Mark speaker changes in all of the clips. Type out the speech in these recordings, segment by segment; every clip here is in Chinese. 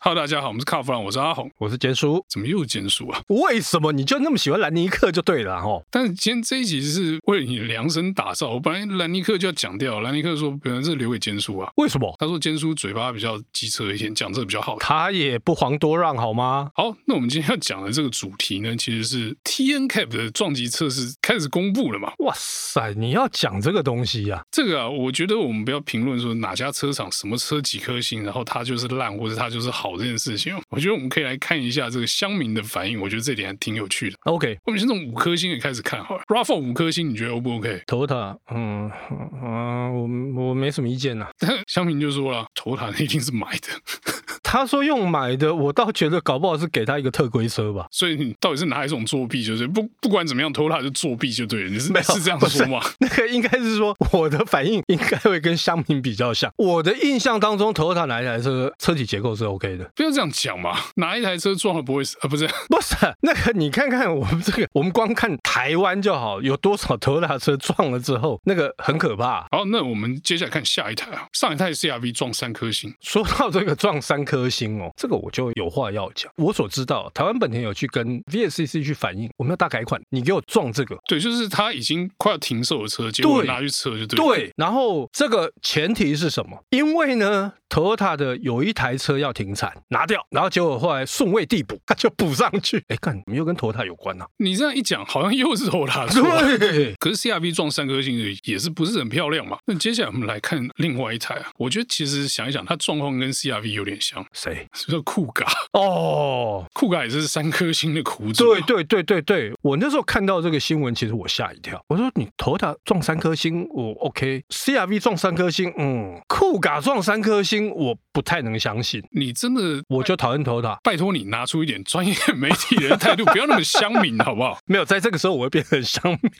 Speaker 1: Hello，大家好，我们是卡弗朗，我是阿红。
Speaker 2: 我是杰叔。
Speaker 1: 怎么又坚叔啊？
Speaker 2: 为什么你就那么喜欢兰尼克就对了哈？
Speaker 1: 但是今天这一集是为了你量身打造。我本来兰尼克就要讲掉，兰尼克说本来是留给坚叔啊。
Speaker 2: 为什么？
Speaker 1: 他说坚叔嘴巴比较机车一点，讲这个比较好。
Speaker 2: 他也不遑多让好吗？
Speaker 1: 好，那我们今天要讲的这个主题呢，其实是 TNCAP 的撞击测试开始公布了嘛？
Speaker 2: 哇塞，你要讲这个东西呀、
Speaker 1: 这个啊，我觉得我们不要评论说哪家车厂什么车几颗星，然后它就是烂或者它就是好这件事情。我觉得我们可以来看一下这个乡民的反应，我觉得这点还挺有趣的。
Speaker 2: OK，
Speaker 1: 我们先从五颗星也开始看好了。Rafa 五颗星，你觉得 O 不 OK？
Speaker 2: 头塔，嗯嗯、啊我我没什么意见啊呐、
Speaker 1: 但香平就说了，头塔一定是买的，
Speaker 2: 他说用买的，我倒觉得搞不好是给他一个特规车吧。
Speaker 1: 所以你到底是哪一种作弊？就是不不管怎么样，头塔就作弊就对了，你是
Speaker 2: 没有
Speaker 1: 是这样说吗？
Speaker 2: 那个应该是说我的反应应该会跟香民比较像。我的印象当中，头塔哪一台车车体结构是 OK 的？
Speaker 1: 不要这样讲嘛，哪一台车撞了不会死啊？不是，
Speaker 2: 不是那个，你看看我们这个，我们光看台湾就好，有多少头塔车撞了之后，那个很可怕。
Speaker 1: 好，那我们接下来看下一台啊，上一台 CRV 撞三颗星，
Speaker 2: 说到这个撞三颗星 哦，这个我就有话要讲。我所知道，台湾本田有去跟 VSCC 去反映，我们要大改款，你给我撞这个。
Speaker 1: 对，就是它已经快要停售的车，结果
Speaker 2: 对
Speaker 1: 拿去测就对。，
Speaker 2: 对，然后这个前提是什么？因为呢，Toyota 的有一台车要停产，拿掉，然后结果后来顺位递补，他就补上去。哎，看怎么又跟 Toyota 有关呢、
Speaker 1: 你这样一讲，好像又是头塔错。
Speaker 2: 对，
Speaker 1: 可是 CRV 撞三颗星的也是不是很漂亮嘛？那接下来我们来看另外一台啊，我觉得其实想一想，它状况跟 CRV 有点像，
Speaker 2: 谁？
Speaker 1: 是不是酷咖？
Speaker 2: 哦，
Speaker 1: 酷咖也是三颗星的苦主、啊
Speaker 2: 对，对对对对，我那时候看到这个新闻，其实我吓一跳。我说你头塔撞三颗星，我 OK；CRV 撞三颗星，嗯，酷嘎撞三颗星，我不太能相信。
Speaker 1: 你真的
Speaker 2: 我就讨厌头塔，
Speaker 1: 拜托你拿出一点专业媒体人的态 度，不要那么乡民，好不好？
Speaker 2: 没有在这个时候我会变成香米。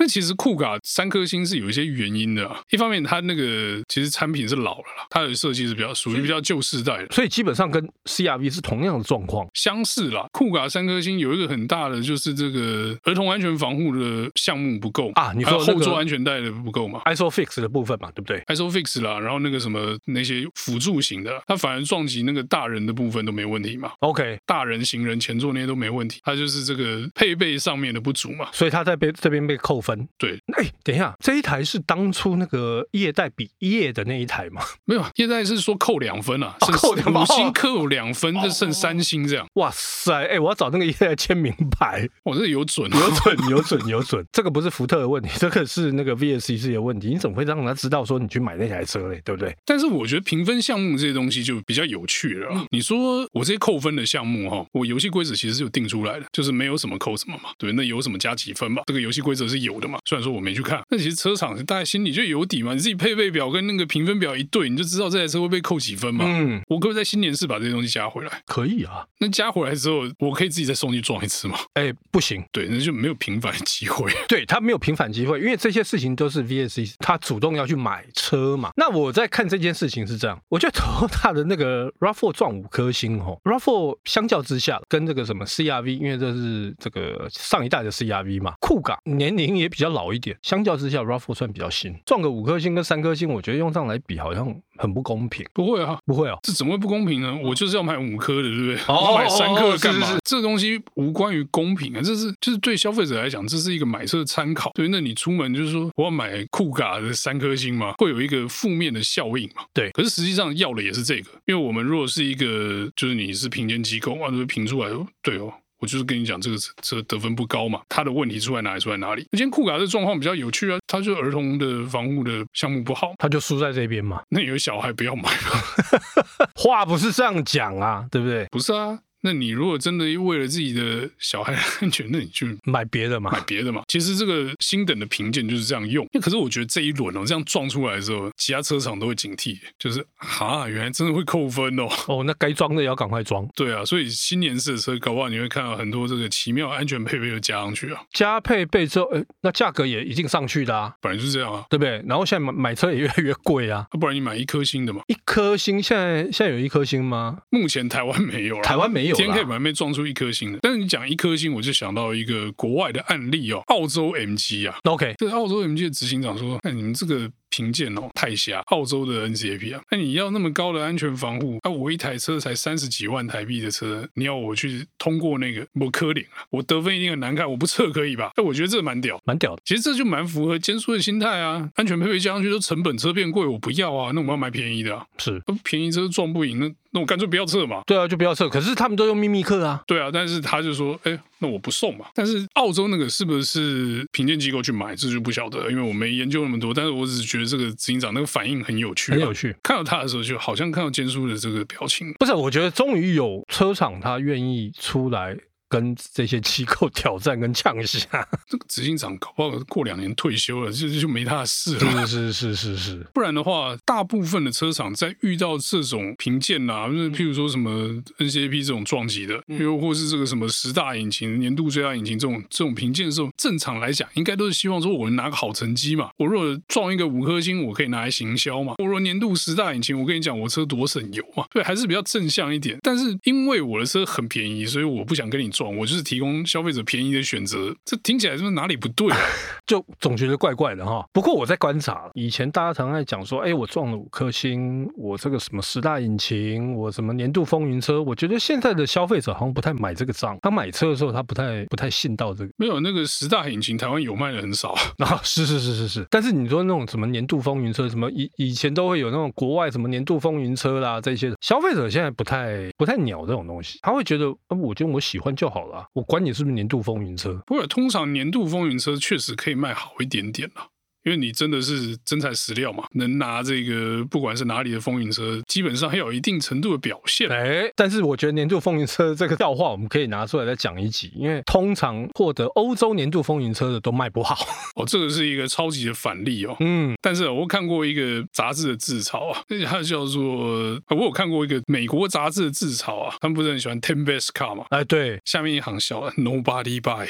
Speaker 1: 那其实酷咖三颗星是有一些原因的、啊，一方面它那个其实产品是老了啦，它的设计是比较
Speaker 2: 嗯
Speaker 1: 属于比较旧世代的。
Speaker 2: 所以基本上跟 CRV 是同样的状况。
Speaker 1: 相似啦，酷咖三颗星有一个很大的就是这个儿童安全防护的项目不够
Speaker 2: 啊你说
Speaker 1: 还有
Speaker 2: 那个
Speaker 1: 后座安全带的不够嘛？
Speaker 2: ISOFIX 的部分嘛，对不对？
Speaker 1: ISOFIX 啦，然后那个什么那些辅助型的，它反而撞击那个大人的部分都没问题嘛，
Speaker 2: OK，
Speaker 1: 大人、行人、前座那些都没问题，它就是这个配备上面的不足嘛。
Speaker 2: 所以他在被这边被扣分。
Speaker 1: 对，
Speaker 2: 哎，等一下，这一台是当初那个业代比业的那一台吗？
Speaker 1: 没有，现在是说扣两分啊，
Speaker 2: 哦
Speaker 1: 剩
Speaker 2: 扣两分
Speaker 1: 五星扣两分，就剩三星这样。
Speaker 2: 哇塞，哎，我要找那个业代签名牌，
Speaker 1: 我这有准
Speaker 2: 有
Speaker 1: 啊，
Speaker 2: 准有准有准。这个不是福特的问题，这个是那个 VSCC 的问题。你怎么会让他知道说你去买那台车嘞？对不对？
Speaker 1: 但是我觉得评分项目这些东西就比较有趣了啊。你说我这些扣分的项目哈、我游戏规则其实是有定出来的，就是没有什么扣什么嘛，对，那有什么加几分嘛，这个游戏规则是有的嘛。虽然说我没去看，那其实车厂大家心里就有底嘛，你自己配备表跟那个评分表一对，你就知道这台车会被扣几分嘛。
Speaker 2: 嗯，
Speaker 1: 我可不可以在新年试把这些东西加回来？
Speaker 2: 可以啊。
Speaker 1: 那加回来之后，我可以自己再送去撞一次嘛？
Speaker 2: 哎，不行，
Speaker 1: 对，那就没有平反的机会。
Speaker 2: 对他没有平反机会，因为这些事情都是 VSC 他主动要去买车嘛。那我在看这件事情是这样，我觉得 Toyota 的那个 RAV4 撞五颗星哦，RAV4 相较之下跟这个什么 CRV，因为这是这个上一代的 CRV 嘛，酷港年龄也比较老一点，相较之下 RAV4 算比较新，撞个五颗星跟三颗星，我觉得用上来比好像很不公平，
Speaker 1: 不会啊，
Speaker 2: 不会哦。
Speaker 1: 这怎么会不公平呢？我就是要买五颗的，对不对？
Speaker 2: 哦
Speaker 1: 我买三颗的干嘛？
Speaker 2: 是是是
Speaker 1: 这东西无关于公平啊，这是就是对消费者来讲，这是一个买车的参考。对，那你出门就是说我要买酷咖的三颗星嘛，会有一个负面的效应嘛？
Speaker 2: 对
Speaker 1: 可是实际上要的也是这个，因为我们如果是一个就是你是评鉴机构啊，就会评出来哦，对哦。我就是跟你讲，这个车得分不高嘛，它的问题出在哪里？出在哪里？那今天酷卡的状况比较有趣啊，它就儿童的防护的项目不好，
Speaker 2: 他就输在这边嘛，
Speaker 1: 那有小孩不要买嘛。
Speaker 2: 话不是这样讲啊，对不对？
Speaker 1: 不是啊，那你如果真的为了自己的小孩的安全，那你就
Speaker 2: 买别的 嘛，
Speaker 1: 买别的嘛。其实这个新等的评鉴就是这样用。那可是我觉得这一轮哦，这样撞出来的时候，其他车厂都会警惕，就是啊，原来真的会扣分哦。
Speaker 2: 哦，那该装的也要赶快装。
Speaker 1: 对啊，所以新年式的车，搞不好你会看到很多这个奇妙安全配备又加上去啊，
Speaker 2: 加配备之后，呃，那价格也一定上去的啊，
Speaker 1: 本来就是这样啊，
Speaker 2: 对不对？然后现在买买车也越来越贵啊。
Speaker 1: 啊不然你买一颗星的嘛。
Speaker 2: 一颗星现在现在有一颗星吗？
Speaker 1: 目前台湾没有啦，
Speaker 2: 台湾没有
Speaker 1: 天 K
Speaker 2: 啦。
Speaker 1: 本来没撞出一颗星的，但是你讲一颗星，我就想到一个国外的案例哦，澳洲 MG 啊，
Speaker 2: OK，
Speaker 1: 这个澳洲 MG 的执行长说：“看你们这个评鉴哦太瞎，澳洲的 NCAP 啊，那你要那么高的安全防护，那、我一台车才三十几万台币的车，你要我去通过那个我科领啊，我得分一定很难看，我不测可以吧？哎，我觉得这蛮屌。
Speaker 2: 蛮屌的。
Speaker 1: 其实这就蛮符合尖叔的心态啊，安全配备加上去都成本车变贵，我不要啊，那我们要买便宜的啊，
Speaker 2: 是，
Speaker 1: 那便宜车撞不赢，那那我干脆不要测嘛。
Speaker 2: 对啊，就不要测。可是他们都用秘密课啊，
Speaker 1: 对啊，但是他就说，哎、那我不送嘛。但是澳洲那个是不是评鉴机构去买，这就不晓得，因为我没研究那么多。但是我只是觉得这个执行长那个反应很有趣、啊
Speaker 2: 很有。趣。
Speaker 1: 看到他的时候，就好像看到坚叔的这个表情，
Speaker 2: 不是，我觉得终于有车厂他愿意出来跟这些机构挑战跟呛一下。
Speaker 1: 这个执行长搞不好过两年退休了，就就没他的事了。
Speaker 2: 是是是是是，
Speaker 1: 不然的话，大部分的车厂在遇到这种评鉴啊，就是譬如说什么 NCAP 这种撞击的，又或是这个什么十大引擎、年度最佳引擎这种这种评鉴的时候，正常来讲，应该都是希望说我能拿个好成绩嘛。我如果撞一个五颗星，我可以拿来行销嘛。我如果年度十大引擎，我跟你讲，我车多省油嘛，对，还是比较正向一点。但是因为我的车很便宜，所以我不想跟你撞，我就是提供消费者便宜的选择。这听起来是不是哪里不对啊？
Speaker 2: 就总觉得怪怪的哈。不过我在观察，以前大家常爱讲说，哎，我撞了五颗星，我这个什么十大引擎，我什么年度风云车，我觉得现在的消费者好像不太买这个账。他买车的时候，他不太不太信到这个。
Speaker 1: 没有那个十大引擎，台湾有卖的很少。
Speaker 2: 啊，是是是是是，但是你说那种什么年度风云车，什么以以前都会有那种国外什么年度风云车啦，这些的消费者现在不太不太鸟这种东西，他会觉得，啊、我觉得我喜欢就好了，我管你是不是年度风云车，
Speaker 1: 不过通常年度风云车确实可以卖好一点点啦，因为你真的是真材实料嘛，能拿这个不管是哪里的风云车，基本上要有一定程度的表现。
Speaker 2: 哎，但是我觉得年度风云车这个笑话，我们可以拿出来再讲一集，因为通常获得欧洲年度风云车的都卖 不好。
Speaker 1: 哦，这个是一个超级的反例哦。
Speaker 2: 嗯，
Speaker 1: 但是我看过一个杂志的自嘲啊，它叫做、啊我有看过一个美国杂志的自嘲啊，他们不是很喜欢 Ten Best Car 嘛？
Speaker 2: 哎，对，
Speaker 1: 下面一行笑啊，Nobody buy，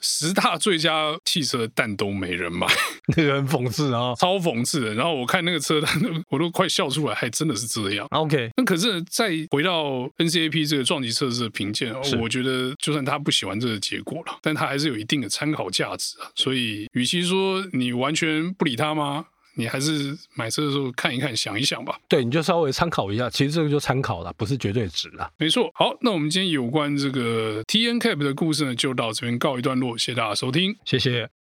Speaker 1: 十大最佳汽车但都没人买。
Speaker 2: 那个很讽刺啊、
Speaker 1: 超讽刺的。然后我看那个车 单，我都快笑出来，还真的是这样。
Speaker 2: OK，
Speaker 1: 那可是再回到 NCAP 这个撞击测试的评鉴哦
Speaker 2: 是，
Speaker 1: 我觉得就算他不喜欢这个结果了，但他还是有一定的参考价值啊。所以，与其说你完全不理他吗？你还是买车的时候看一看、想一想吧。
Speaker 2: 对，你就稍微参考一下，其实这个就参考了，不是绝对值啦。
Speaker 1: 没错。好，那我们今天有关这个 T N Cap 的故事呢，就到这边告一段落。谢谢大家收听。
Speaker 2: 谢谢。